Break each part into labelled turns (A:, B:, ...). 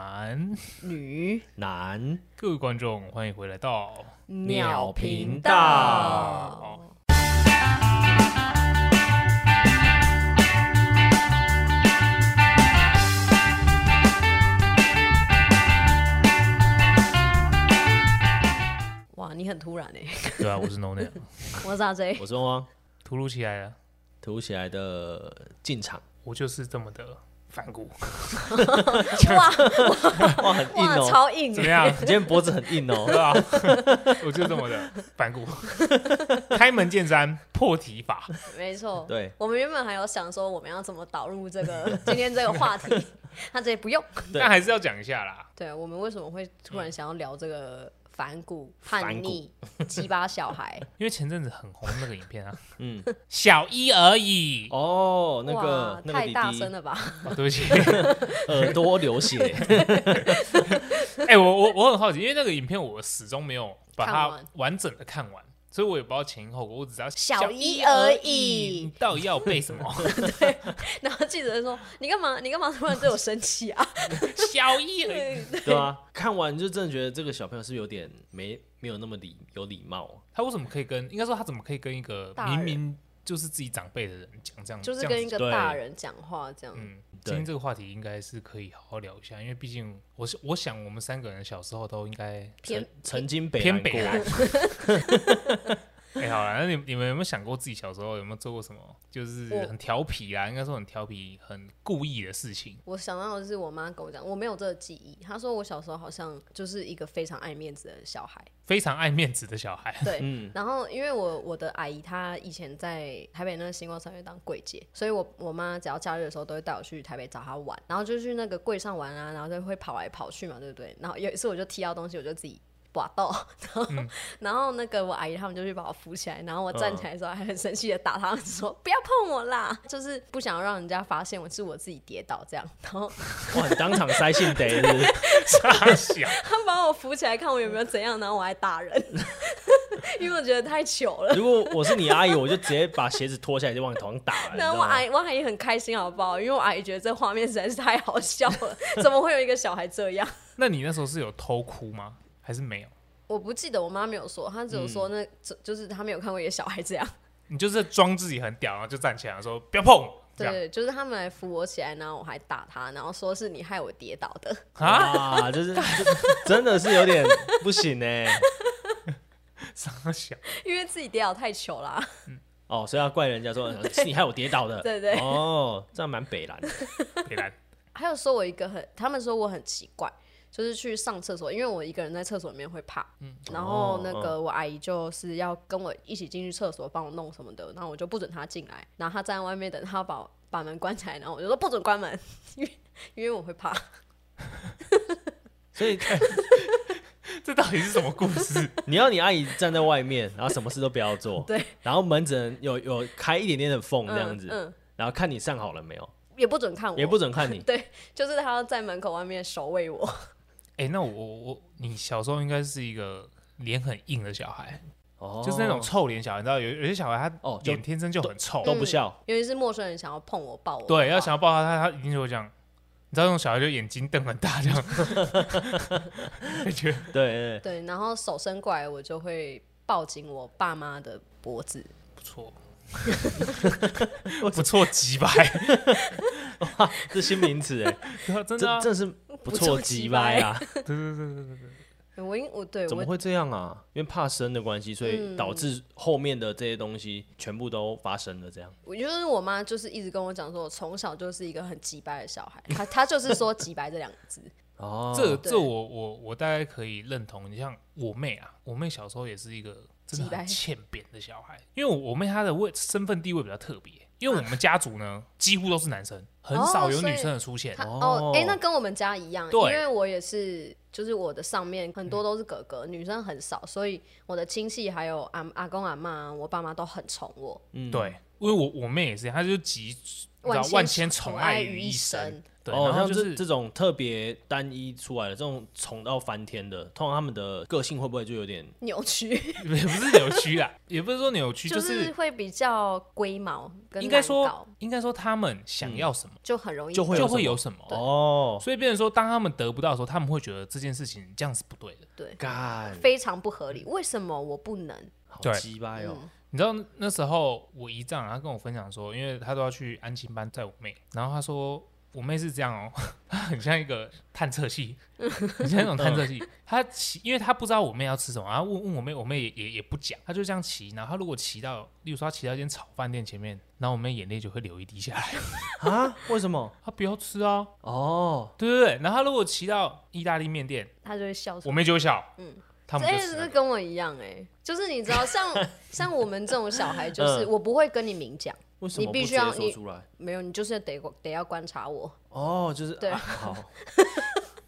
A: 男
B: 女
C: 男
A: 各位观众，欢迎回来
B: 哦
A: 到
C: 鸟
B: 频
C: 频
B: 道
C: 道。
A: 哦
B: 哇，你很突然哎、
A: 对啊，我是 No n a
B: 我是阿 J，
C: 我是汪汪，
A: 突如其来的，
C: 突如其来的进场，
A: 我就是这么的反骨，
C: 哇，很硬
B: 哇，
C: 哦，
B: 超硬
A: 怎
B: 哎、
A: 么样？
C: 你今天脖子很硬哦
A: 对，吧？ 我就这么的反骨，开门见山破题法，
B: 没错。
C: 对
B: 我们原本还有想说我们要怎么导入这个 今天这个话 题，他直接不用。
C: 对
A: 但还是要讲一下啦。
B: 对，我们为什么会突然想要聊这个反骨、
C: 嗯反
B: 叛
C: 骨
B: 逆、鸡巴小孩？
A: 因为前阵子很红那个影片 啊，
C: 嗯，
A: 小一而已，
C: 哦， 那
B: 哇
C: 个，那个
B: 太
C: 弟
B: 大声
C: 弟
B: 了吧！
A: 哦 对不起。
C: 耳朵流血，
A: 哎、我我我很好奇，因为那个影片我始终没有把
B: 看
A: 它
B: 完
A: 完整的看完，所以我也不知道前因后果，我只知道
B: 小一而
A: 而
B: 已
A: 你到底要背什 么？
B: 然后记者就说：“你干嘛？你干嘛突然对我生气啊
C: 嗯
A: 小一而已。
C: 对啊，看完就真的觉得这个小朋友是不是有点没没有那么礼有礼貌，
A: 他为什么可以跟？应该说他怎么可以跟一个
B: 大人
A: 明明就是自己长辈的人讲这样？”
B: 就是
A: 这样
B: 跟一
A: 子
B: 个大人讲话这样。
A: 嗯，今
C: 对
A: 天这个话题应该是可以好好聊一下，因为毕竟我是我想我们三个人小时候都应该
B: 偏
C: 曾曾经北
A: 偏
C: 南
A: 北
C: 过
A: 蓝，。 哎、好了，那你你们有没有想过自己小时候有没有做过什么就是
B: 我
A: 很调皮啊？应该说很调皮、很故意的事情。
B: 我想到的是我妈跟我讲，我没有这个记忆。她说我小时候好像就是一个非常爱面子的小孩，
A: 非常爱面子的小孩，
B: 对。
C: 嗯，
B: 然后因为我我的阿姨她以前在台北那个星光三月当柜姐，所以我我妈只要假日的时候都会带我去台北找她玩，然后就去那个柜上玩啊，然后就会跑来跑去嘛，对不对？然后有一次我就踢到东西，我就自己。刮到，然后、然后那个我阿姨他们就去把我扶起来，然后我站起来的时候还很生气的打他们说、不要碰我啦，就是不想让人家发现我是我自己跌倒这样，然后
C: 哇，你当场塞信得是不 是
A: 傻小，
B: 他把我扶起来看我有没有怎样，然后我还打 人，因为我觉得太糗了。
C: 如果我是你阿姨，我就直接把鞋子脱下来就往你头上打了，你知
B: 那
C: 道
B: 我
C: 吗
B: 阿？姨，我阿姨很开心，好不好？因为我阿姨觉得这画面实在是太好笑了， 怎么会有一个小孩这样？
A: 那你那时候是有偷哭吗？还是没有？
B: 我不记得我妈没有说，她只
C: 嗯
B: 有说那、就就是她没有看过一个小孩这样。
A: 你就是装自己很屌，然后就站起来说不要碰我，这样
B: 对，就是他们来扶我起来，然后我还打他，然后说是你害我跌倒的。
A: 啊，
C: 啊，就是这真的是有点不行欸呢。
A: 傻小。
B: 因为自己跌倒太糗啊啦、
C: 哦，所以要怪人家说是你害我跌倒的。
B: 对对
C: 哦，这样蛮北蓝的。
A: 别来，
B: 还有说我一个很，他们说我很奇怪，就是去上厕所，因为我一个人在厕所里面会怕，
C: 嗯
B: 然后那个我阿姨就是要跟我一起进去厕所帮我弄什么的，然后我就不准她进来，然后她站在外面等，她把我把门关起来，然后我就说不准关门， 因为因为我会怕，
C: 所以
A: 这到底是什么故事？
C: 你要你阿姨站在外面，然后什么事都不要做。
B: 对。
C: 然后门只能有有开一点点的缝这样子，
B: 嗯，哦嗯
C: 然后看你上好了没有，
B: 也不准看我，。
C: 也不准看你
B: 对，就是她要在门口外面守卫我，
A: 哎、那我我我，你小时候应该是一个脸很硬的小孩，
C: 哦，
A: 就是那
B: 嗯
A: 种臭脸小孩。你知道有有些小孩他
C: 哦就
A: 脸天生就很臭，
C: 都不笑。
B: 尤其是陌生人想要碰我抱 我，
A: 对，要想要抱他，他他一定就会这样。你知道那种小孩就眼睛瞪很大这样， 就觉得
C: 对对对，
B: 对，然后手伸过来我就会抱紧我爸妈的脖子，
A: 不错， 不错几百，
C: 这新名词哎，
A: 对 啊真的啊
C: 这，这是不错鸡掰啊！
A: 对对对对对对。
B: 我应我对
C: 怎
B: 我嗯
C: 么会这样啊？因为怕生的关系，所以导致后面的这些东西全部都发生了这样。
B: 我就是我妈，就是一直跟我讲说，我从小就是一个很急白的小孩。她她就是说“急白”这两个字，
C: 哦，
A: 这
B: 对
A: 这我我我大概可以认同。你像我妹啊，我妹小时候也是一个真的
B: 鸡掰
A: 很欠扁的小孩，因为我我妹她的位身份地位比较特别，因为我们家族呢几乎都是男生，很少有女生的出现。
B: 她哦
C: 哦
B: 哎、诶那跟我们家一样，因
A: 对
B: 为我也是，就是我的上面很多都是哥哥，女生很少，所以我的亲戚还有阿阿公阿妈，我爸妈都很宠我。
C: 嗯
A: 对，因为我我妹也是，她就集你知道
B: 万
A: 万
B: 千
A: 千
B: 宠
A: 宠
B: 爱
A: 爱
B: 于
A: 于
B: 一
A: 一
B: 身
A: 身。对，
C: 哦，
A: 然后
C: 像
A: 就
C: 这
A: 是
C: 这种特别单一出来的，这种宠到翻天的，通常他们的个性会不会就有点
B: 扭曲，
A: 也不是扭曲啦，也不是说扭曲，
B: 就
A: 就是
B: 会比较龟毛跟
A: 应该
B: 难
A: 说
B: 搞，
A: 应该说他们想要什么
B: 就很容易
C: 嗯就会
A: 就
C: 有
A: 会
C: 什么
A: 有什么，
C: 哦，
A: 所以变成说，当他们得不到的时候，他们会觉得这件事情这样是不对的。
B: 对
C: 干，
B: 非常不合理。为什么我不能？
C: 好
A: 对
C: 鸡掰哦，
A: 你知道那时候我姨丈他跟我分享说，因为他都要去安亲班载我妹，然后他说我妹是这样哦， 她很像一个探测器，很像那种探测器。她骑，因为她不知道我妹要吃什么，然后问问我妹，我妹也也也不讲，她就这样骑。然后她如果骑到，例如说她骑到一间炒饭店前面，然后我妹眼泪就会流一滴下来。
B: 嗯
C: 啊，为什么？
A: 她不要吃啊，
C: 哦，
A: 对不对？然后她如果骑到意大利面店，
B: 他就会笑出
A: 我妹就会笑，嗯，他们
B: 哎、
A: 就
B: 这
A: 是
B: 跟我一样哎、就是你知道， 像像我们这种小孩，就是
C: 嗯
B: 我不会跟你明讲，
C: 为什么
B: 你
C: 不
B: 必
C: 直
B: 须
C: 接
B: 要
C: 说出来？
B: 没有，你就是得得要观察我。
C: 哦，就是
B: 对
C: 啊好，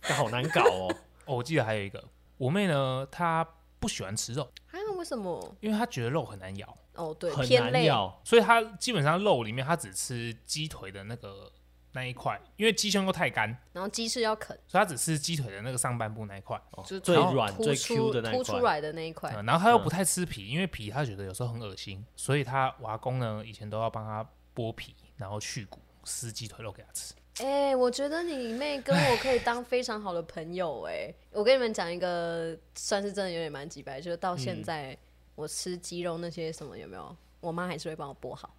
C: 干好难搞哦，
A: 哦，我记得还有一个，我妹呢，她不喜欢吃肉，
B: 啊，为什么？
A: 因为她觉得肉很难咬，
B: 哦，对，
C: 很
B: 偏
C: 难
B: 累，
C: 咬
A: 所以她基本上肉里面她只吃鸡腿的那个那一块，因为鸡胸肉太干，
B: 然后鸡翅要啃，
A: 所以她只吃鸡腿的那个上半部那一块。
C: 哦
B: 就是
C: 最
A: 然后
C: 软
B: 凸
C: 最
B: 出
C: Q 的那一
B: 凸出
C: 块，
B: 来的那一块，
A: 嗯然后她又不太吃皮，因为皮她觉得有时候很恶心，所以她我阿公呢以前都要帮她剥皮，然后去骨撕鸡腿肉给她吃。
B: 哎、我觉得你妹跟我可以当非常好的朋友哎、我跟你们讲一个，算是真的有点蛮鸡掰，就是到
C: 嗯
B: 现在、我吃鸡肉那些什么有没有，我妈还是会帮我剥好。。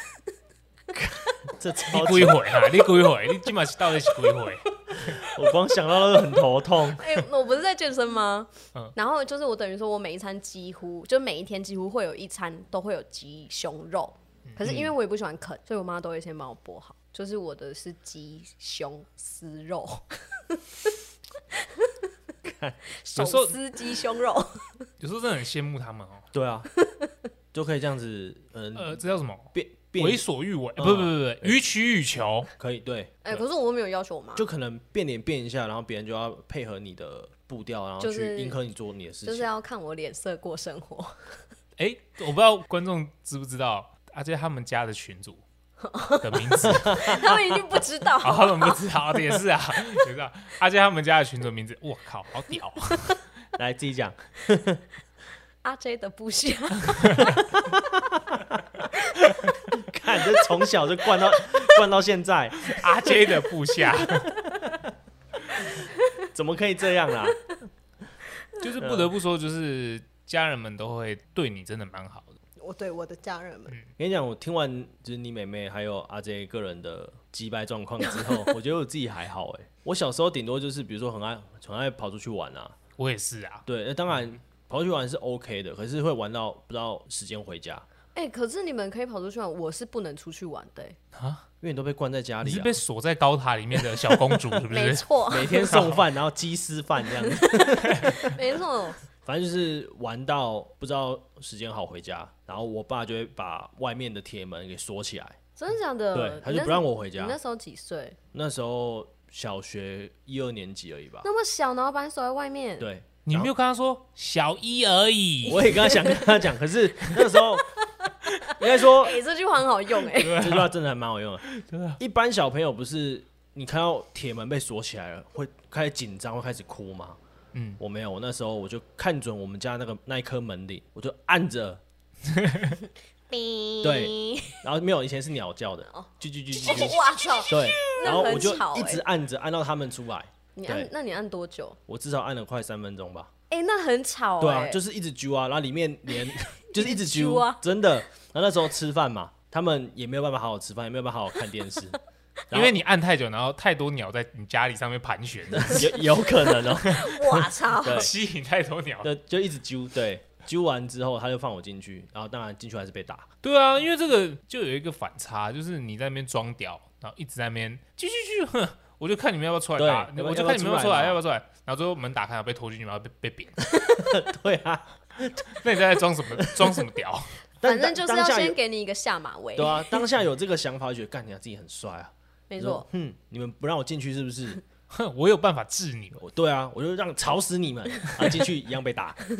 C: 这 超
A: 你归，
C: 级
A: 回啊，你归回，你起码到底是归 回。
C: 我光想到都很头痛
B: 哎、我不是在健身吗？
A: 嗯
B: 然后就是我等于说，我每一餐几乎就每一天几乎会有一餐都会有鸡胸肉，
A: 嗯
B: 可是因为我也不喜欢啃，所以我妈都会先帮我剥好。就是我的是鸡胸丝肉， 手
A: 有时候
B: 撕鸡 胸肉，
A: 有时候真的很羡慕他们哦。
C: 对啊，就可以这样子，嗯，
A: 呃，这叫什么？
C: 变
A: 为
C: 变
A: 所欲为？不
C: 嗯
A: 不不不，予取予求。
C: 可以对，
B: 哎、可是我没有要求我妈，
C: 就可能变脸变一下，然后别人就要配合你的步调，然后
B: 就是
C: 去迎合你做你的事
B: 就是
C: 情。
B: 要看我脸色过生活。
A: 哎、我不知道观众知不知道阿杰他们家的群主的名字，
B: 他们一定不知 道。
A: 啊，他们不知道也是啊， 也是啊。阿杰他们家的群主名字，我靠，好屌！啊
C: 来自己讲，
B: 阿 J 的部下，
C: 看这从小就惯到惯到现在，
A: 阿杰的部下
C: 怎么可以这样啦？
A: 就是不得不说，就是家人们都会对你真的蛮好的。
B: 我对我的家人
A: 嗯
B: 们，
C: 跟你讲，我听完就是你妹妹还有阿 J 个人的击败状况之后，我觉得我自己还好哎、我小时候顶多就是比如说很爱很爱跑出去玩啊，
A: 我也是啊，
C: 对，那当然跑出去玩是 OK 的，可是会玩到不知道时间回家，
B: 哎、可是你们可以跑出去玩，我是不能出去玩的、欸
C: 因为你都被关在家
A: 你
C: 里、
A: 是
C: 啊
A: 被，锁在高塔里面的小公主，是 不
B: 没
A: 是？
B: 错，
C: 每天送饭，然后鸡丝饭这样子，
B: 没错，
C: 反正就是玩到不知道时间好回家，然后我爸就会把外面的铁门给锁起来，
B: 真的假的？
C: 对，他
B: 你
C: 就
B: 那
C: 不让我回
B: 你
C: 家
B: 那。时候几岁？
C: 那时候小学一二年级而已吧，
B: 那么小，然后把你锁在外面，
C: 啊对，
A: 你没有跟他说小一而已，
C: 我也跟他想跟他讲，可是那时候 应该说
B: 哎、这句话很好用哎、
C: 这句话真的还蛮好用的。一般小朋友不是你看到铁门被锁起来了，会开始紧张，会开始哭吗？
A: 嗯
C: 嗯，我没有，我那时候我就看准我们家那个那一颗门铃，我就按着，
B: 哔
C: 对，然后没有，以前是鸟叫的，啾啾啾啾 啾，
B: 哇操！
C: 对，然后我就
B: 那很吵欸
C: 一直按着，按到他们出来，
B: 你按
C: 对，
B: 那你按多久？
C: 我至少按了快三分钟吧。
B: 哎、那很吵
C: 对
B: 哎、
C: 啊，就是一直揪啊，然后里面 连就是一直
B: 一直揪
C: 揪
B: 啊
C: 真的。然后那时候吃饭嘛，他们也没有办法好好吃饭，也没有办法好好看电 视，
A: 因
C: 然后
A: 为你按太久，然后太多鸟在你家里上面盘旋，
C: 有有可能哦、
B: 哇操！
C: 对
A: 吸引太多鸟。
C: 对，就一直揪，对，揪完之后他就放我进去，然后当然进去还是被打，
A: 对啊，因为这个就有一个反差，就是你在那边装屌，然后一直在那边继续去，哼我就看你们要不要出来
C: 对
A: 打，
C: 要不要
A: 我就看你们要不要出来，要不
C: 要不
A: 要出来，然后最后门打开，然后被拖进去，然后被被扁。
C: 对啊，
A: 那你在装什么？装什么屌？
B: 反
C: 但
B: 正
C: 当
B: 就是
C: 当
B: 要
C: 下
B: 先
C: 有
B: 给你一个下马威，
C: 对啊，当下有这个想法，就觉得干你啊自己很帅啊，
B: 没
C: 就说
B: 错，，
C: 哼，你们不让我进去是不是？
A: 哼，我有办法治你哦们。
C: 我对啊，我就让吵死你们，啊进去一样被打，
B: 直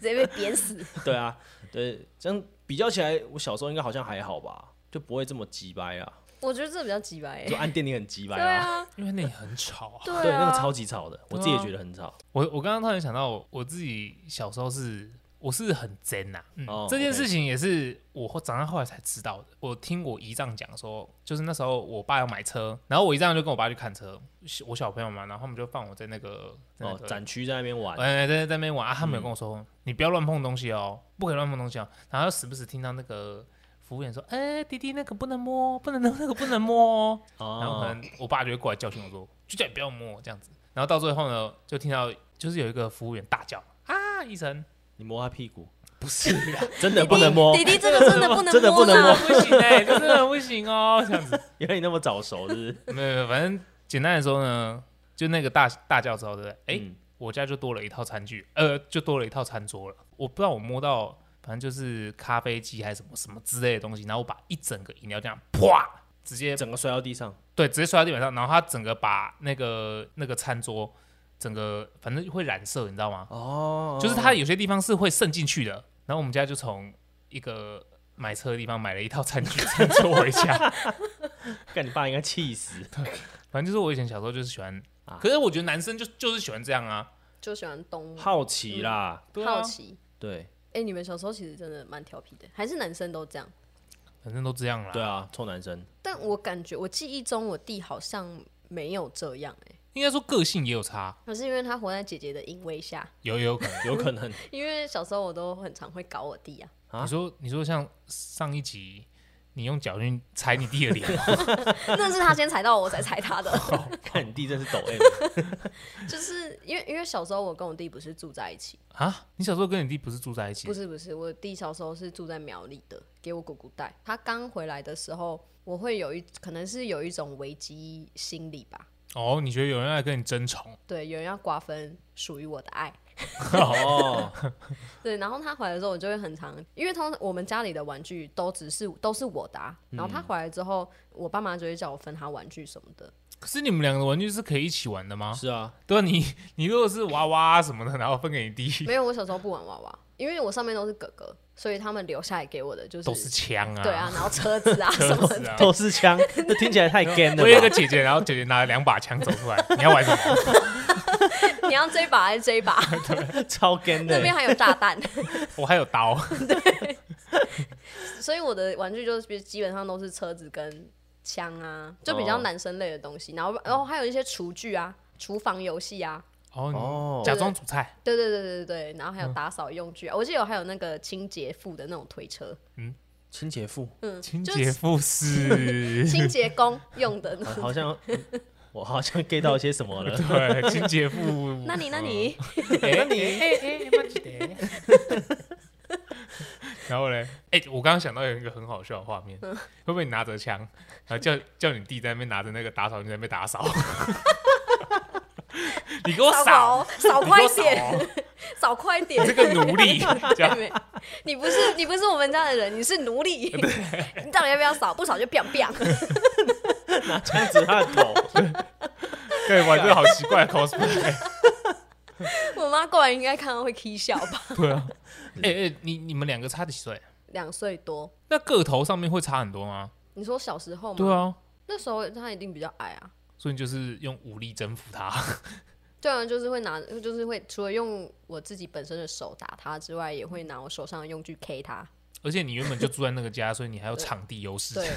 B: 接被扁死。
C: 对啊，对，这样比较起来，我小时候应该好像还好吧，就不会这么鸡 掰啊，
B: 我觉得这比较鸡白、
C: 就
B: 欸。
C: 按电铃很鸡掰
B: 对啊，
A: 因为那里很吵啊。
B: 对
C: 对，那
B: 啊，
C: 个超级吵的，我自己也觉得很吵。
A: 我我刚刚突然想到我，我自己小时候是我是很真呐、嗯
C: 哦
A: 这件
C: OK
A: 事情也是我后长大后来才知道的。我听我姨丈讲说，就是那时候我爸要买车，然后我姨丈就跟我爸去看车，小我小朋友嘛，然后他们就放我在那个
B: 啊
A: 在那
C: 哦
A: 个，
C: 展区在那边玩，
A: 哎，在在那边玩啊，他们有跟我说，你不要乱碰东西哦，不可以乱碰东西哦。然后时不时听到那个服务员说，哎、弟弟那个不能摸，不能那个不能摸哦。然后可
C: 哦，
A: 能我爸就会过来教训我说，就叫你不要摸这样子。然后到最后呢，就听到就是有一个服务员大叫啊，医生
C: 你摸他屁股，
A: 不是啦，
C: 真的不能摸，
B: 弟弟这个真的不能
C: 真的不能
B: 摸
C: 摸
B: 啦，
A: 不行哎、这真的不行哦，这样子。
C: 原来你那么早熟，是不是？
A: 没有没有，反正简单来说呢，就那个大大叫之后，对不对？ 哎、
C: 嗯
A: 我家就多了一套餐具，呃，就多了一套餐桌了。我不知道我摸到，反正就是咖啡机还是什么什么之类的东西，然后我把一整个饮料这样啪，直接
C: 整个摔到地上，
A: 对，直接摔到地板上，然后他整个把那个那个餐桌整个反正会染色，你知道吗？
C: 哦
A: 就是它有些地方是会渗进去的。然后我们家就从一个买车的地方买了一套餐具 餐桌回家。
C: 干你爸应该气死，
A: 反正就是我以前小时候就是喜欢
C: 啊，
A: 可是我觉得男生就就是喜欢这样啊，
B: 就喜欢动物，
C: 好奇啦，
A: 对啊
B: 好，奇。
C: 对
B: 哎、你们小时候其实真的蛮调皮的，还是男生都这样？
A: 反正都这样啦。
C: 对，啊，臭男生，
B: 但我感觉我记忆中我弟好像没有这样、哎，
A: 应该说个性也有差，
B: 可是因为他活在姐姐的淫威下，
A: 有有可能。
C: 有 可能
B: 因为小时候我都很常会搞我弟啊，
C: 啊
A: 你说你说像上一集。你用脚去踩你弟的 脸，
B: 那是他先踩到我，我才踩他的。
C: 看你弟真是抖 M，
B: 就是因为因为小时候我跟我弟不是住在一起，
A: 啊？你小时候跟你弟不是住在一起
B: 不？是不是，我弟小时候是住在苗栗的，给我姑姑带。他刚回来的时候，我会有一可能是有一种危机心理吧。
A: 哦，你觉得有人来跟你争宠？
B: 对，有人要瓜分属于我的爱。
C: 哦，
B: 对，然后他回来的时候，我就会很常，因为通常我们家里的玩具都只是都是我的、啊，然后他回来之后，我爸妈就会叫我分他玩具什么的。
A: 可是你们两个的玩具是可以一起玩的吗？
C: 是啊，
A: 对啊，你你如果是娃娃什么的，然后分给你弟，
B: 没有，我小时候不玩娃娃，因为我上面都是哥哥，所以他们留下来给我的就是
A: 都是枪啊，
B: 对啊，，然后车子 啊
A: 车
B: 什么的。
A: 子啊。
C: 都是枪，这听起来太干了
A: 我有一
C: 吧
A: 个？姐姐，然后姐姐拿了两把枪走出 来，你要玩什么？
B: 你要这一把还是这一把？
C: 超干
B: 那
C: 的
B: 边还有炸弹，
A: 我还有刀，
B: 所以我的玩具就是基本上都是车子跟枪啊，就比
A: 哦
B: 较男生类的东西。然后，然后还有一些厨具啊，厨房游戏啊，
A: 哦，
C: 哦
A: 你，假装煮菜，
B: 对对对对对对。然后
A: 嗯
B: 还有打扫用具啊，我记得有还有那个清洁妇的那种推车，
C: 清 洁妇，
B: 嗯，
A: 清
B: 就
A: 洁
B: 是
A: 妇是，
B: 清洁工用的那
C: 好
B: 种。，
C: 好像我好像 get 到些什么 了。
A: 对，清洁妇
B: 那你那你，
A: 那你，哎哎，慢一点 然后嘞，哎，我刚刚想到有一个很好笑的画面，会不会你拿着枪，然后叫叫你弟在那边拿着那个打扫，你在那边打扫， 你给我哦扫，
B: 扫
A: 你
B: 扫
A: 给
B: 快
A: 我
B: 一
A: 扫
B: 点，
A: 哦，
B: 扫快一点
A: 你这。个奴隶，这 样
B: 对 你不是你不是我们家的人，你是 奴隶。 你到底要不要 扫？不扫就 biang biang。
C: 拿枪指他的头，
A: 对，玩这个好奇怪的 cosplay。
B: 我妈过来应该看到会 k 笑吧？
A: 对啊，哎、哎、你你们两个差几岁？
B: 两岁多，
A: 那个头上面会差很多吗？
B: 你说小时候吗？
A: 对啊，
B: 那时候他一定比较矮啊。
A: 所以你就是用武力征服他。
B: 对啊，就是会拿，就是会除了用我自己本身的手打他之外，也会拿我手上的用具 K 他。
A: 而且你原本就住在那个家，所以你还有场地优势，
B: 对，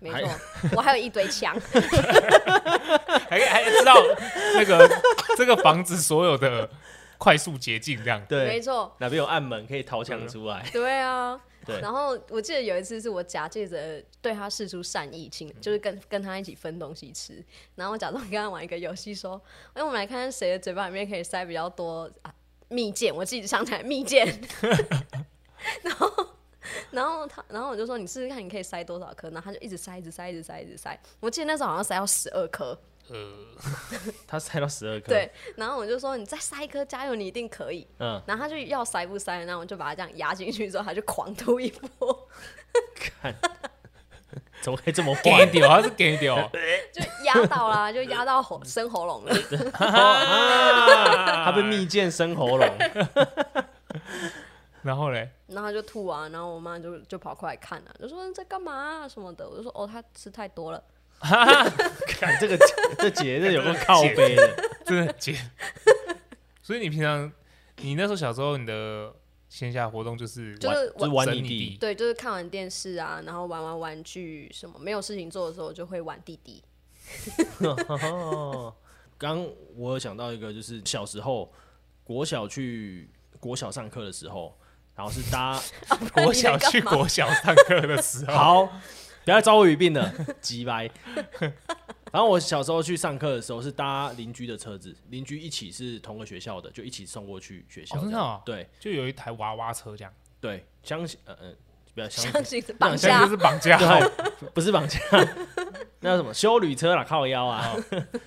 B: 没错，我还有一堆枪。
A: 还还知道那个这个房子所有的快速捷径这样。
B: 没
C: 对，
B: 错，
C: 哪边有暗门可以掏枪出
A: 嗯
C: 来？
B: 对啊。
C: 对
B: 然后我记得有一次是我假借着对他示出善意，请就是跟跟他一起分东西吃，然后我假装跟他玩一个游戏，说：“哎，我们来看看谁的嘴巴里面可以塞比较多啊蜜饯。”我自己想起来蜜饯，然后。然后他，然后我就说你试试看，你可以塞多少颗？然后他就一直塞，一直塞，一直塞，一直塞。我记得那时候好像塞到十二颗，
A: 呃，
C: 他塞到十二颗，
B: 对。然后我就说你再塞一颗，加油，你一定可以。
C: 嗯，
B: 然后他就要塞不塞，然后我就把它这样压进去之后，他就狂吐一波。
C: 怎么可以这么
A: 给
C: 坏
A: 你？ 丢，他是给你丢。
B: 就压到啦，就压到
C: 嗯
B: 喉生喉咙了。
C: 啊他被蜜饯生喉咙，
A: 然后嘞，
B: 然后他就吐啊，然后我妈就就跑过来看啊，就说你在干嘛啊什么的，我就说哦，他吃太多了，
C: 看这个这姐这有个靠 背的，
A: 真的很贱。所以你平常，你那时候小时候你的线下活动就是
B: 就
A: 玩
B: 是
C: 就
B: 玩
C: 是玩
A: 整
C: 你
A: 你
C: 弟，
B: 对，就是看完电视啊，然后玩玩玩具什么，没有事情做的时候就会玩弟弟。
C: 哦，刚我有想到一个，就是小时候国小去国小上课的时候，然后是搭
A: 国小去国小上课的 时候，
C: 好，不要再找我语病了，急掰。然后我小时候去上课的时候是搭邻居的车子，邻居一起是同个学校的，就一起送过去学校
A: 哦
C: 这
A: 真
C: 样。
A: 的哦
C: 对
A: 就有一台娃娃车这样，
C: 对，相信呃嗯，不要相
B: 相信是
C: 绑
B: 绑
A: 现在
B: 架
A: 就，是绑架。哦
C: 对，不是绑架，那叫什么修旅车啦，靠腰啊，
A: 哦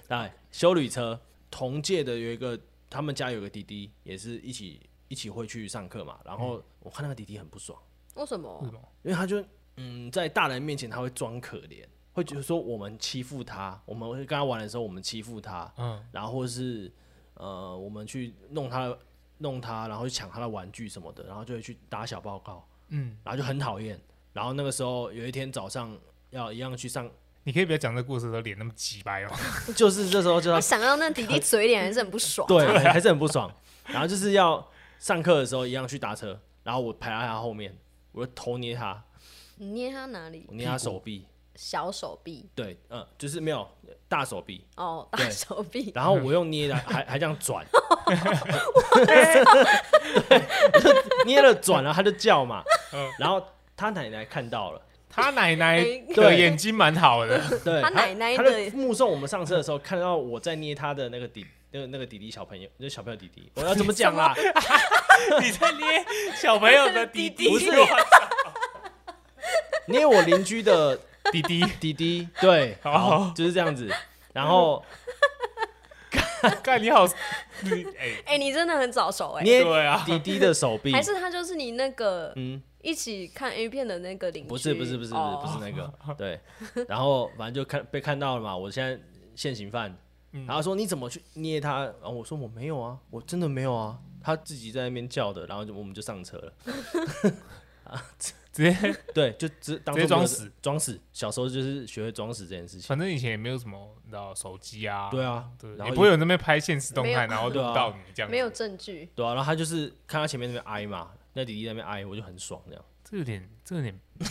C: 对，修旅车。同届的有一个，他们家有个弟弟，也是一起一起会去上课嘛。然
A: 嗯
C: 后我看那个弟弟很不爽，
B: 为什
A: 为
B: 么
A: 什？么？
C: 因为他就嗯，在大人面前他会装可怜，会觉得说我们欺负他，我们会跟他玩的时候我们欺负他，
A: 嗯，
C: 然后或是呃，我们去弄他弄他，然后去抢他的玩具什么的，然后就会去打小报告，
A: 嗯，
C: 然后就很讨厌。然后那个时候有一天早上要一样去上，
A: 你可以不要讲这故事的时候脸那么鸡掰哦。
C: 就是这时候就要
B: 我想到那弟弟嘴脸还是很不爽。
C: 对，还是很不爽。然后就是要上课的时候一样去搭车，然后我排在他后面，我就头捏他，
B: 你捏他哪里
C: 我？捏他手臂，
B: 小手臂
C: 对，嗯，就是没有大手臂，
B: 哦，大
C: 对
B: 手臂。
C: 然后我用捏的，还还这样转， 对，捏了转，然后他就叫嘛，然后他奶奶看到了，
A: 他奶奶的
C: 对
A: 眼睛蛮好的，
C: 对，
B: 他奶奶
C: 他
B: 的
C: 就目送我们上车的时候，看到我在捏他的那个弟，那个那个弟弟小朋友，那小朋友弟弟，我要怎么讲啊啦？
A: 你在捏小朋友的弟弟，
C: 不是捏我邻居的
A: 弟弟，
C: 弟弟，对，
A: 好
C: 好，就是这样子，然 后
A: 干你好，你 哎，
B: 哎、你真的很早熟哎、
C: 捏
A: 对啊
C: 弟弟的手臂
B: 还，是他就是你那个
C: 嗯，
B: 一起看 A 片的那个邻居？
C: 不是不是不是不是
B: 哦
C: 不是 那个，对，然后反正就看被看到了嘛，我现在现行犯，
A: 嗯
C: 然后说你怎么去捏他？然后我说我没有啊，我真的没有啊，他自己在那边叫的，然后就我们就上车了，
A: 直接
C: 对，就 只当
A: 直接
C: 作
A: 装
C: 没有
A: 死
C: 装死，小时候就是学会装死这件事情，
A: 反正以前也没有什么，你知道手机啊，
C: 对啊，
A: 对，
C: 然
A: 也
C: 后
A: 不会有人在那边拍现实动
B: 没
A: 态，
B: 有
A: 然后录
C: 对啊
A: 到你这样子，
B: 没有证据，
C: 对啊，然后他就是看他前面那边挨嘛，那弟弟在那边挨，我就很爽这样，
A: 这有点，这有点，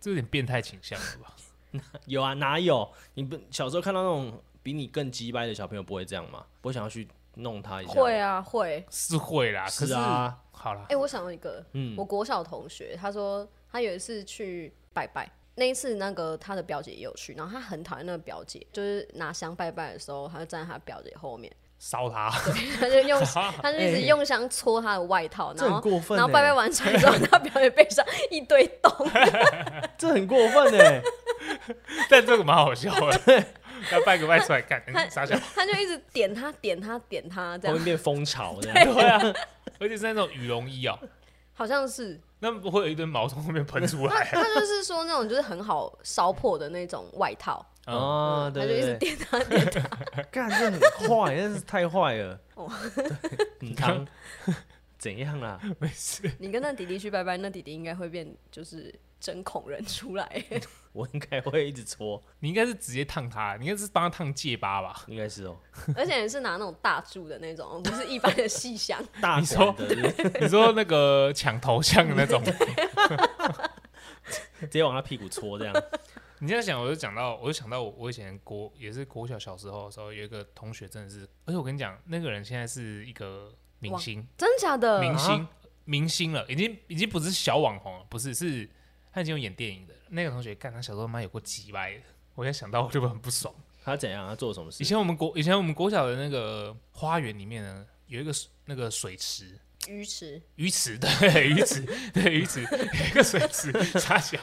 A: 这有点变态倾向了吧？
C: 有啊哪有？你不小时候看到那种比你更鸡掰的小朋友不会这样吗？不会想要去弄他一下？
B: 会啊会。
A: 是会啦，可
C: 是啊，
A: 好啦
B: 哎、，我想到一个，
C: 嗯
B: 我国小同学，他说他有一次去拜拜，那一次那个他的表姐也有去，然后他很讨厌那个表姐，就是拿香拜拜的时候，他就站在他表姐后面，
A: 烧 他，
B: 他就用他 就一直用香戳他的外套，
C: 哎这
B: 然
C: 很
B: 后。
C: 过分、欸，
B: 然后拜拜完成之后， 他表姐背上一堆洞，
C: 这很过分哎、
A: 但这个蛮好笑的，要拜个拜出来干，嗯傻笑，
B: 他就一直点他点他点他这
C: 后面
B: 样，
C: 变蜂巢这样。
A: 对啊，而且是那种羽绒衣哦，
B: 好像是
A: 那不会有一堆毛从后面喷出
B: 他
A: 来，啊
B: 他就是说那种就是很好烧破的那种外套，
A: 嗯，
C: 啊，
B: 哦他就一直
C: 对对
B: 点他点他，
C: 对，干这很坏，真是太坏了。
B: 哦
C: 对很汤， 怎样啊啦？
A: 没事，
B: 你跟那弟弟去拜拜，那弟弟应该会变就是针孔人出 来。
C: 我应该会一直搓，
A: 你应该是直接烫他，你应该是帮他烫戒疤吧？
C: 应该是哦，
B: 而且是拿那种大柱的那种，不是一般的细香。
C: 大
A: 你说
C: 管的，就是
A: 你说那个抢头像的那种，
C: 直接往他屁股搓这样。
A: 你这样想，我就讲到，我就想到我我以前国也是国小小时候的时候，有一个同学真的是，而且我跟你讲，那个人现在是一个明
B: 哇
A: 星，
B: 真假的？
A: 明
C: 啊
A: 星、明星了，已经已经不是小网红了，不是，是他已经有演电影的了那个同学，干他小时候妈有过鸡掰的，我现在想到我就会很不爽。
C: 他怎样？他做了什么
A: 以
C: 事？
A: 前我们国以前我们国小的那个花园里面呢，有一个水那个水池。
B: 鱼池，
A: 鱼池 对鱼池对鱼池有一个水池傻小，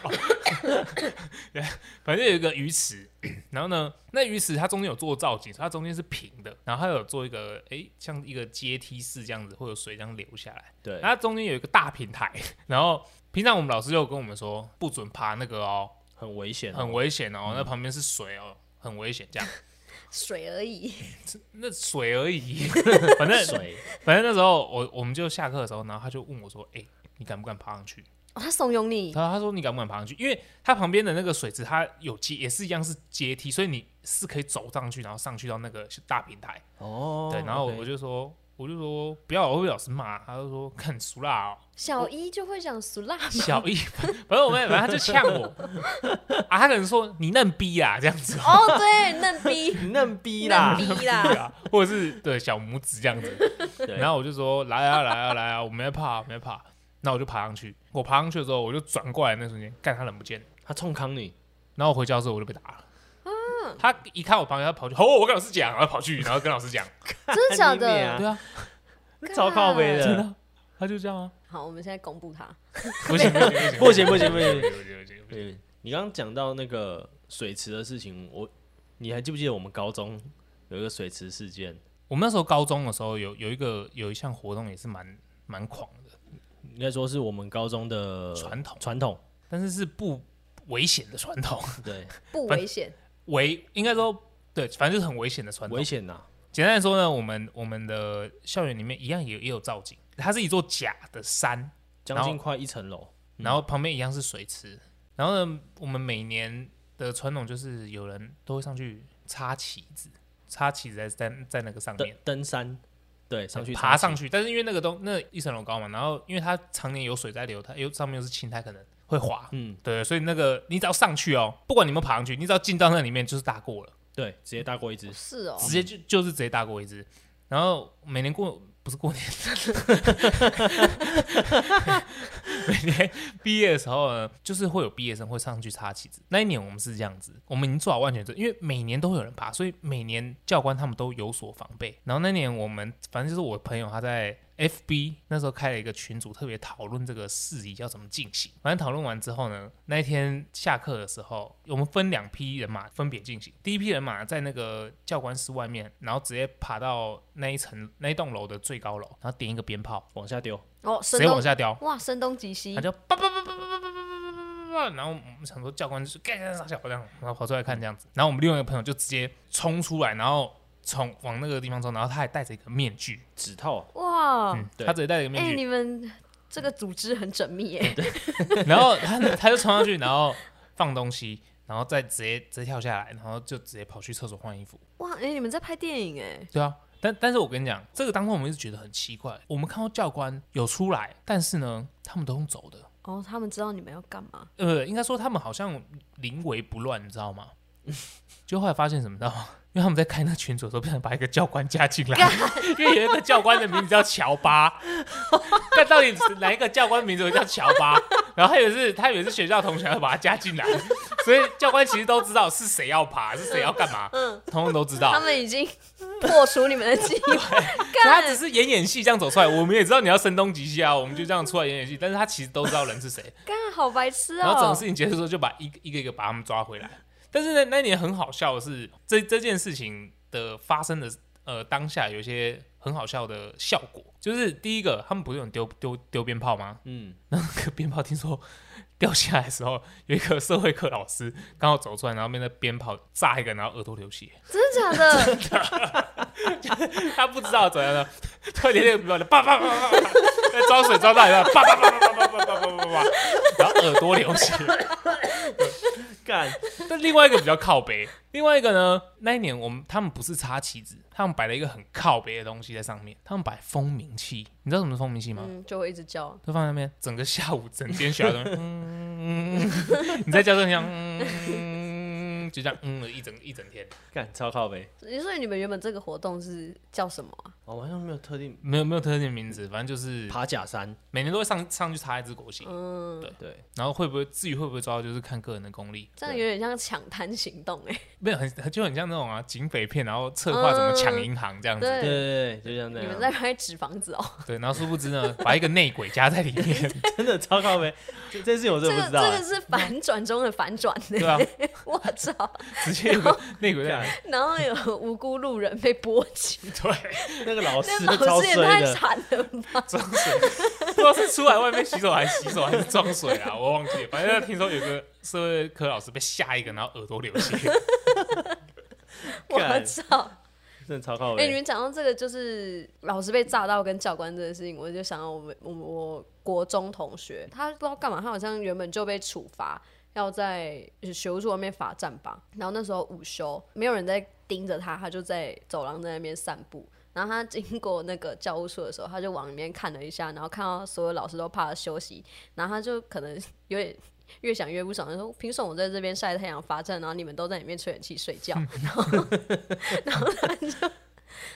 A: 反正有一个鱼池，然后呢，那鱼池它中间有做造景，所以它中间是平的，然后它有做一个诶，像一个阶梯式这样子，会有水这样流下来，
C: 对
A: 然后它中间有一个大平台，然后平常我们老师就有跟我们说不准爬那个哦，
C: 很危险哦，
A: 很危险哦，那旁边是水哦，很危险这样。
B: 水而已。
A: 那水而已，反正
C: 水，
A: 反正那时候我我们就下课的时候，然后他就问我说：“哎、你敢不敢爬上去
B: 哦，他怂恿？”你，
A: 然后他说：“你敢不敢爬上去？”因为他旁边的那个水池，它有阶，也是一样是阶梯，所以你是可以走上去，然后上去到那个大平台。
C: 哦
A: 对，然后我
C: OK
A: 就说，我就说不要，我会被老师骂。他就说看熟啦、哦，
B: 小一就会讲俗辣嘛。
A: 小一，反正我们反正他就呛 我啊，他可能说你嫩逼啦这样子，
B: 哦，对，嫩逼，
C: 你嫩逼
B: 嫩
C: 啦，
B: 逼
A: 对
B: 啦，
A: 啊，或者是对小拇指这样子。
C: 对
A: 然后我就说来啊来啊来啊，我没怕没怕。那我就爬上去，我爬上去的时候，我就转过来那瞬间，干他人不见了。
C: 他冲康你，
A: 然后我回教室我就被打了。他一看我旁边，他跑去，哦，我跟老师讲，然后跑去，然后跟老师讲，
B: 真的假
C: 你妹啊
B: 的？
A: 对 啊，
C: 超靠背
A: 真的
C: 的，
A: 啊，他就这样啊，
B: 好，我们现在公布他。
A: 不行不行
C: 不行不行不
A: 不行
C: 行。
A: 不行不行不行，
C: 对，你刚刚讲到那个水池的事情，我你还记不记得我们高中有一个水池事件？
A: 我们那时候高中的时候有有一个有一项活动也是蛮蛮狂的，
C: 应该说是我们高中的
A: 传统
C: 传 统，
A: 但是是不危险的传统，
C: 对，
B: 不危险，
A: 危应该说对，反正就是很危险的传统
C: 危。险呐，
A: 简单来说呢，我们我们的校园里面一样也也有造景，它是一座假的山，
C: 将近快一层楼。
A: 然后旁边一样是水池，然后呢，我们每年的传统就是有人都会上去插旗子，插旗子在在在那个上面
C: 登。登山，对，上去
A: 爬上
C: 去，
A: 去，但是因为那个东那一层楼高嘛，然后因为它常年有水在流，它又上面又是青苔，可能会滑。
C: 嗯，
A: 对，所以那个你只要上去哦，不管你有没有爬上去，你只要进到那里面就是大过了，
C: 对，直接大过一只，
B: 是哦，
A: 直接就就是直接大过一只。然后每年过不是过 年， 每年毕业的时候呢，就是会有毕业生会上去插旗子。那一年我们是这样子，我们已经做好万全准备，因为每年都会有人爬，所以每年教官他们都有所防备。然后那年我们反正就是我朋友他在 FB 那时候开了一个群组，特别讨论这个事宜要怎么进行。反正讨论完之后呢，那一天下课的时候，我们分两批人马分别进行。第一批人马在那个教官室外面，然后直接爬到那一层那一栋楼的最高楼，然后点一个鞭炮，
C: 往下丢，
B: 哦，
A: 直
B: 声
A: 接往
B: 东
A: 下掉。
B: 哇，声东击西
A: 他，就叭叭叭叭叭叭叭叭叭叭叭叭，然后我们想说教官就是干干啥小这样，然后跑出来看这样子，然后我们另外一个朋友就直接冲出来，然后从往那个地方冲，然后他还戴着一个面具，
C: 指套，啊
B: 哇，
A: 嗯，
C: 对
A: 他直接戴着一个
B: 哎，
A: 面
B: 你们这个组织很 缜密耶，
A: 具，然后他他就冲上去，然后放东西，然后再直接直接跳下来，然后就直接跑去厕所换衣服，
B: 哇，哎，你们在拍电影哎，
A: 对啊。但但是我跟你讲，这个当中我们一直觉得很奇怪，我们看到教官有出来，但是呢，他们都用走的，
B: 哦，他们知道你们要干嘛，
A: 呃，应该说他们好像临危不乱，你知道 吗？就后来发现什么，你知道吗？ 因为他们在开那群组的时候，不想把一个教官加进来， 因为有一个教官的名字叫乔巴，但到底是哪一个教官名字我叫乔巴？然后他以为是，他以为是学校同学要把他加进来，所以教官其实都知道是谁要爬，是谁要干嘛，通通都知道
B: 嗯他。们已经破除你们的记忆，
A: 所以他
B: 干
A: 只是演演戏这样走出来，我们也知道你要声东击西啊，我们就这样出来演演戏，但是他其实都知道人是谁。
B: 干，好白痴
A: 然后整个
B: 哦
A: 事，情结束之后，就把一个一个一个把他们抓回来。但是呢，那一年很好笑的是，这这件事情的发生的呃当下，有一些很好笑的效果。就是第一个，他们不是有人丢丢丢鞭炮吗？
C: 嗯，
A: 那个鞭炮听说掉下来的时候，有一个社会课老师刚好走出来，然后被那鞭炮炸一个，然后额头流血。
B: 真的假 的？
A: 他不知道怎样的，突然间那个鞭炮就叭叭叭叭叭，在装水装到一半，叭叭叭叭叭叭叭叭叭叭，然后耳朵流血。
C: 干，
A: 但另外一个比较靠北，另外一个呢，那一年我们他们不是插旗子，他们摆了一个很靠北的东西在上面，他们摆蜂鸣器，你知道什么是蜂鸣器吗？
B: 嗯，就会一直叫，
A: 就放在那边，整个下午整间学校都在那边嗯，嗯嗯你在教室里这样，嗯，就这样嗯了一整一整天，
C: 干，超靠背。
B: 所以你们原本这个活动是叫什么啊？
C: 哦我好像没有特定
A: 没有没有特定名字，反正就是
C: 爬假山，
A: 每年都会上上去插一支国旗，
B: 嗯，
C: 对，
A: 然后会不会至于会不会抓到，就是看个人的功力，
B: 这样有点像抢滩行动哎、
A: 没有很就很像那种啊警匪片，然后策划怎么抢银行这样子，
B: 对
C: 对对对，啊就像那
B: 你们
C: 样，
B: 在拍纸房子哦、
A: 对，然后殊不知呢，把一个内鬼加在里面。
C: 真的超靠背。这这事情我
B: 这
C: 真
B: 个
C: 的不知
B: 这
C: 道
B: 个
C: 欸，
B: 是反转中的反转呢、
A: 对啊，
B: 我操！
A: 直接有个内鬼
C: 啊
A: 在里面。
B: 然后有无辜路人被波 及，
C: 那个老师
B: 那
C: 超
B: 老师也
C: 衰
B: 太
C: 的，
B: 惨了吧！
A: 装水，不知道是出来外面洗手还是洗手还是装水啊，我忘记了。反正听说有个社会科老师被吓一个，然后耳朵流血，
B: 我
C: 干
B: 操！
C: 真的超靠
B: 哎、
C: 北
B: 你们讲到这个，就是老师被炸到跟教官这件事情，我就想到我们我们我国中同学，他不知道干嘛，他好像原本就被处罚，要在学务处外面罚站吧。然后那时候午休，没有人在盯着他，他就在走廊在那边散步。然后他经过那个教务处的时候，他就往里面看了一下，然后看到所有老师都趴着休息，然后他就可能有点 越想越不爽，就说：“凭什么我在这边晒太阳罚站，然后你们都在里面吹冷气睡觉？”然后，然后他就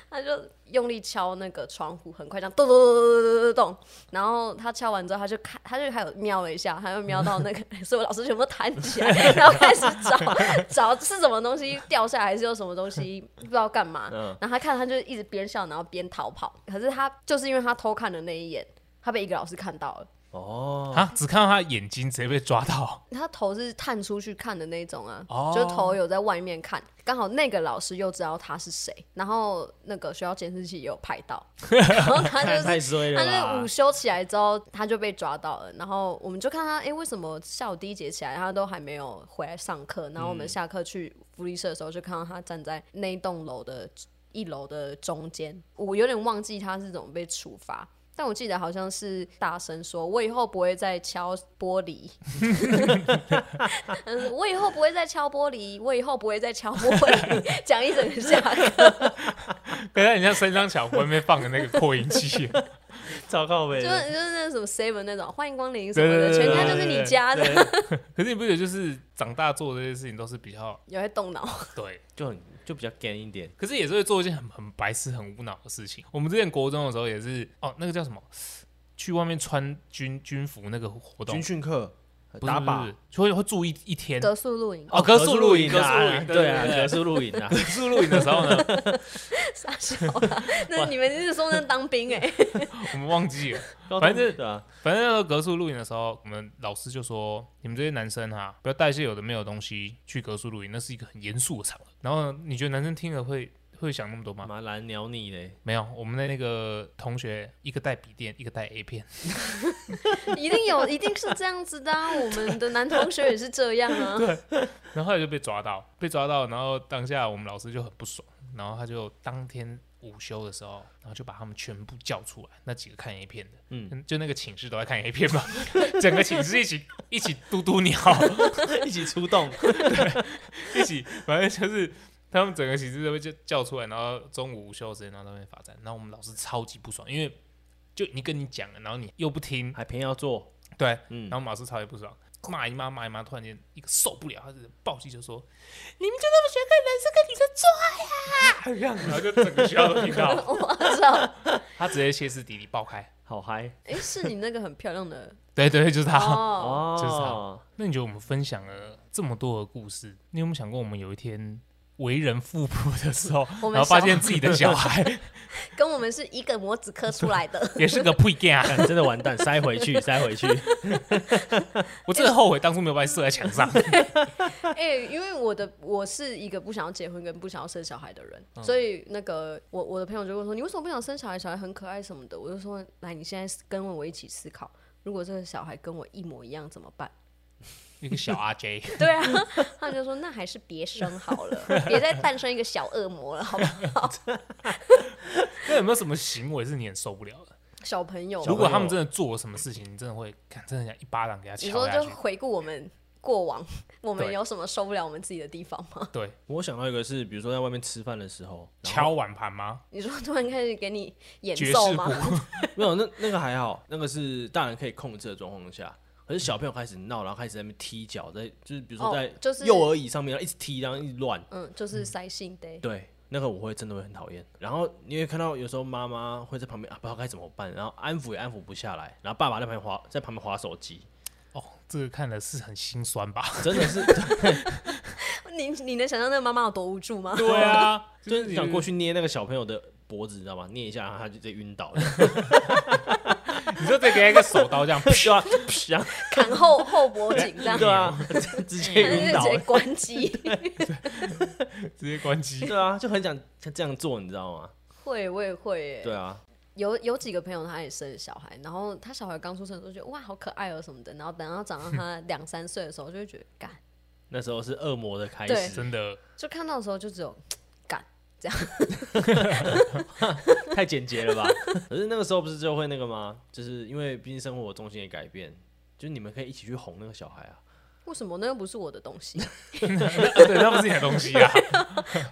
B: 他就用力敲那个窗户，很快这样咚咚咚咚咚咚咚咚。然后他敲完之后，他就看，他就还有瞄了一下，他又瞄到那个所有老师全部弹起来，然后开始找找是什么东西掉下来，还是有什么东西不知道干嘛。
C: 嗯
B: 然后他看他就一直边笑，然后边逃跑。可是他就是因为他偷看的那一眼，他被一个老师看到了。
C: 哦，
A: 啊，只看到他眼睛直接被抓到，
B: 他头是探出去看的那种啊，
A: 哦
B: 就头有在外面看，刚好那个老师又知道他是谁，然后那个学校监视器也有拍到，然后他就
C: 太
B: 是。
C: 太
A: 啊
C: 衰了
B: 他就午
C: 啦！
B: 休起来之后，他就被抓到了。然后我们就看他，哎、为什么下午第一节起来，他都还没有回来上课？然后我们下课去福利社的时候，就看到他站在那一栋楼的一楼的中间。我有点忘记他是怎么被处罚，但我记得好像是大声说：“我以后不会再敲玻 璃。” 嗯，我以后不会再敲玻璃，我以后不会再敲玻璃，讲一整个下 课。
A: 可是人家身上小外面放的那个扩音器，
C: 超靠北
B: 就
C: 的，
B: 是就是那什么 seven 那种，欢迎光临什么的，
A: 对对对
B: 全
A: 对
B: 家就是你家的，
A: 可是你不觉得就是长大做这些事情都是比较
B: 有在动脑。
A: 对，
C: 就很就比较干一点。
A: 可是也是会做一件很很白痴、很无脑的事情。我们之前国中的时候也是，哦，那个叫什么，去外面穿军军服那个活动
C: 军，训课
A: 不是
C: 打，
A: 不
C: 靶
A: 是就会会住一一天。
B: 德速露营，
A: 哦，格数露
C: 营
A: 格数露
C: 啊，
A: 营，
C: 对啊，格
A: 格
C: 数露营啊，
A: 数露营的时候呢，
B: 傻笑啦。 那你们是说那当兵 哎、
A: 我们忘记了，
C: 高中
A: 反正
C: 对啊，
A: 反正那时候格数露营的时候，我们老师就说：“你们这些男生哈、不要带一些有的没有的东西去格数露营，那是一个很严肃的场合。”然后你觉得男生听了会会想那么多吗？
C: 蛮难鸟你嘞，
A: 没有，我们的那个同学一个带笔电，一个带 A 片，
B: 一定有，一定是这样子的、啊。我们的男同学也是这样啊。
A: 然后后来就被抓到，被抓到，然后当下我们老师就很不爽，然后他就当天午休的时候，然后就把他们全部叫出来，那几个看 A 片的，嗯，就那个寝室都在看 A 片嘛， 整个寝室一起 一起嘟嘟鸟，
C: 一起出 动，
A: 一起，反正就是他们整个寝室都被叫叫出来，然后中午午休时间，然后在那边罚站，然后我们老师超级不爽，因为就你跟你讲了，然后你又不听，
C: 还偏要做，
A: 对，
C: 嗯
A: 然，后马斯超级不爽，骂一骂骂一骂，突然间一个受不了，他就暴气就说：“你 们就那么喜欢看男生跟女生做爱呀、啊？”然后就整个学校都听到，
B: 我操！
A: 他直接歇斯底里爆开。
C: 好嗨
B: 哎、是你那个很漂亮 的
A: 对对，就是他。
B: 哦。
C: 哦，
A: 就是他 那你觉得我们分享了这么多的故事，你有没有想过我们有一天为人父母的时候，
B: 我们
A: 然后发
B: 小
A: 现自己的小孩
B: 跟我们是一个模子刻出来 的。
A: 也是个配件啊？
C: 干真的完蛋，塞回 去，塞回去，
A: 我真的后悔当初没有把你射在墙 上。
B: 哎、因为我的我是一个不想要结婚跟不想要生小孩的人，所以那个我我的朋友就跟我说，你为什么不想生小孩？小孩很可爱什么的。我就说，来，你现在跟我一起思考，如果这个小孩跟我一模一样怎么办？
A: 一个小阿 J，
B: 对啊，他们就说那还是别生好了，别再诞生一个小恶魔了，好不好？
A: 那有没有什么行为是你很受不了的？
B: 小朋友，
A: 如果他们真的做了什么事情，你真的会，看，真的想一巴掌给他
B: 你
A: 敲
B: 说
A: 下
B: 就
A: 去。
B: 回顾我们过往，我们
A: 对
B: 有什么受不了我们自己的地方吗？
A: 对，
C: 我想到一个是，比如说在外面吃饭的时候，然后
A: 敲碗盘吗？
B: 你说突然开始给你演
A: 爵士
B: 奏吗？
A: 鼓
C: 没有，那那个还好，那个是大人可以控制的状况下。可是小朋友开始闹，然后开始在那边踢脚，在就是比如说
B: 哦
C: 在
B: 就是
C: 幼儿椅上面，然后一直踢，然后一直乱。
B: 嗯，就是塞信的。
C: 对，那个我会真的会很讨厌。然后你会看到有时候妈妈会在旁边啊，不知道该怎么办，然后安抚也安抚不下来，然后爸爸在旁边划在旁边划手机，
A: 哦，这个看了是很心酸吧？
C: 真的是
B: 你你能想象那个妈妈有多无助吗？
A: 对 啊，
C: 就是你想过
A: 去，
C: 去捏那个小朋友的脖子，你知道吗？捏一下，然后他就直接晕倒了，
A: 你就再给他一个手刀 这样，
C: 对啊，然后
B: 砍后后脖颈这样，
C: 对啊，直接
B: 但是
C: 晕
B: 嗯直
C: 倒
B: 接
C: 了，
B: 关机。
A: 直接关机。
C: 对啊，就很想这样做，你知道吗？
B: 会，我也会耶。
C: 对啊，
B: 有有几个朋友他也生小孩，然后他小孩刚出生的时候觉得哇好可爱哦什么的，然后等到长到他两三岁的时候就会觉得干，
C: 那时候是恶魔的开
B: 对
C: 始，
A: 真的，
B: 就看到的时候就只有
C: 太简洁了吧？ 可是那个时候不是就会那个吗？就是因为毕竟生活重心也改变，就是你们可以一起去哄那个小孩啊。
B: 为什么那又不是我的东西？
A: 对，那不是你的东西啊。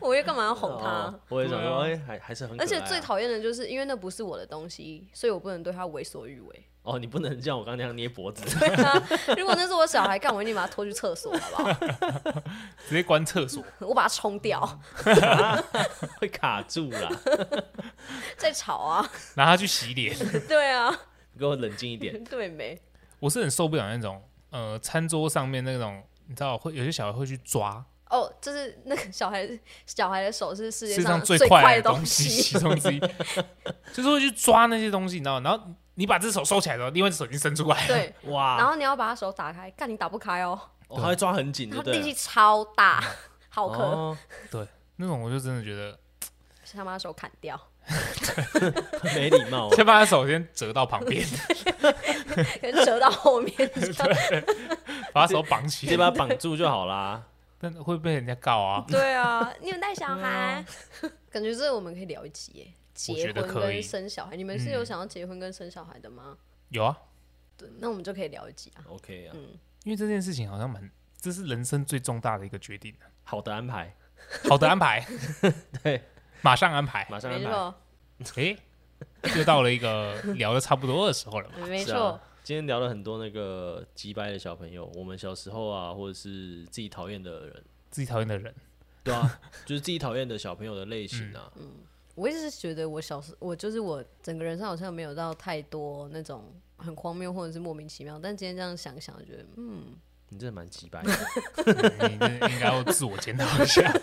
B: 我又干嘛要哄他？
C: 哦我也想说，
A: 对
C: 哎、还还是很可爱啊、
B: 而且最讨厌的就是，因为那不是我的东西，所以我不能对他为所欲 为。
C: 哦，你不能像我刚刚那样 捏脖子。
B: 对啊，如果那是我小孩干，我一定把他拖去厕所，好不好？
A: 直接关厕所，
B: 我把他冲
C: 哦
B: 掉，啊
C: 会卡住啦，
B: 再吵 啊！
A: 拿它去洗脸。
B: 对啊，
C: 你给我冷静一点。
B: 对没？
A: 我是很受不了那种呃餐桌上面那种，你知道会有些小孩会去抓
B: 哦，就是那个小孩，小孩的手是
A: 世
B: 世界
A: 界上
B: 最
A: 快
B: 的
A: 的东西
B: 西。
A: 其中之一，就是会去抓那些东西，你知道吗？然后你把这手收起来的时候，另外一只手已经伸出来了。
B: 对，然
C: 哇，
B: 后你要把他手打开，干你打不开哦，
C: 我、哦、还会抓很紧，
B: 他
C: 对不对
B: 力气
C: 了？
B: 超大，好可，
C: 哦，
A: 那种我就真的觉得，
B: 先把他手砍掉，
C: 没礼 貌、啊
A: 先把他手先折到旁边，
B: 给折到后 面。
A: 把他手绑
C: 直
A: 起来，
C: 接把它绑住就好啦。
A: 但会被人家告啊。
B: 对啊，你们带小孩， 感觉这个我们可以聊一集耶。结
A: 觉得
B: 婚
A: 可以
B: 跟生小孩，你们是有想要结婚跟生小孩的吗？
A: 有啊，
B: 对，那我们就可以聊一集啊。
C: OK 啊，
A: 因为这件事情好像蛮，这是人生最重大的一个决定。啊
C: 好的安排，
A: 好的安排，
C: 对，
A: 马上安排。
C: 马上安
B: 没
C: 排。啊
B: 错，
A: 诶，又到了一个聊的差不多的时候了嘛。
B: 没
C: 是
B: 错
C: 啊，，今天聊了很多那个击败的小朋友，我们小时候啊，或者是自己讨厌的人，
A: 自己讨厌的人，
C: 对啊， 就是自己讨厌的小朋友的类型啊。
B: 嗯我一直觉得我小时，我就是我整个人生好像没有到太多那种很荒谬或者是莫名其妙，但今天这样想想，觉得嗯，
C: 你真的蛮击败的。
A: 嗯你这应该要自我检讨一 下。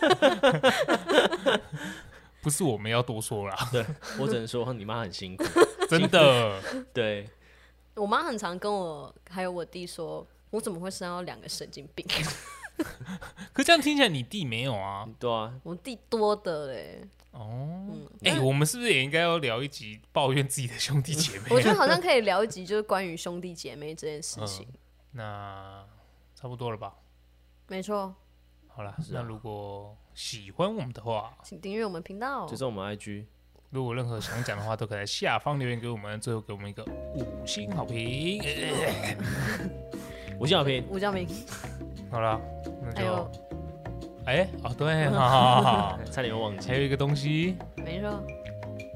A: 不是我们要多说啦，
C: 对我只能说你妈很辛苦。
A: 真的。
C: 对，
B: 我妈很常跟我还有我弟说，我怎么会生到两个神经 病？
A: 可这样听起来，你弟没有啊？
C: 对啊，
B: 我弟多的嘞，
A: 哦，
B: 嗯
A: 哎、我们是不是也应该要聊一集抱怨自己的兄弟姐妹？
B: 我觉得好像可以聊一集，就是关于兄弟姐妹这件事情。
A: 嗯那差不多了吧？
B: 没错，
A: 好啦，
C: 是啊
A: 那如果喜欢我们的话，
B: 请订阅我们频道
C: 就。是我们 IG，
A: 如果有任何想讲的话，都可以在下方留言给我们，最后给我们一个五星好评。
B: 嗯
C: 吴小平，
B: 吴教明，
A: 好了，那
B: 还
A: 就
B: 有
A: 哎、哦对，
B: 嗯
A: 好好好好，
C: 差点又忘记
A: 还有一个东 西，
B: 没错，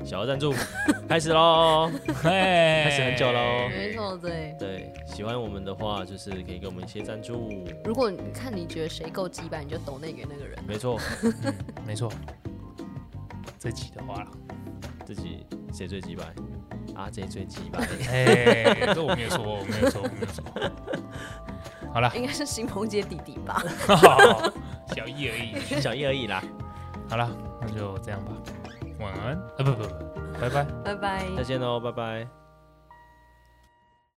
C: 小额赞助， 开始喽。
A: 哎，
C: 始很久哦喽
B: 没错，对。
C: 对，喜欢我们的话，就是可以给我们一些赞助。
B: 如果你看你觉得谁够鸡掰，你就抖那给那个人。
C: 没错，
A: 嗯，没错。这集的话啦，
C: 自己谁最击败？阿 J 最击败。
A: 哎、这我没有说，我没有说，我没有说。好了，
B: 应该是邢鹏杰弟弟 吧？
A: 小一而已。
C: 小一而已啦。
A: 好了，那就这样吧，晚安。啊，不不不，拜拜。
B: 拜拜。
C: 再见喽，拜拜。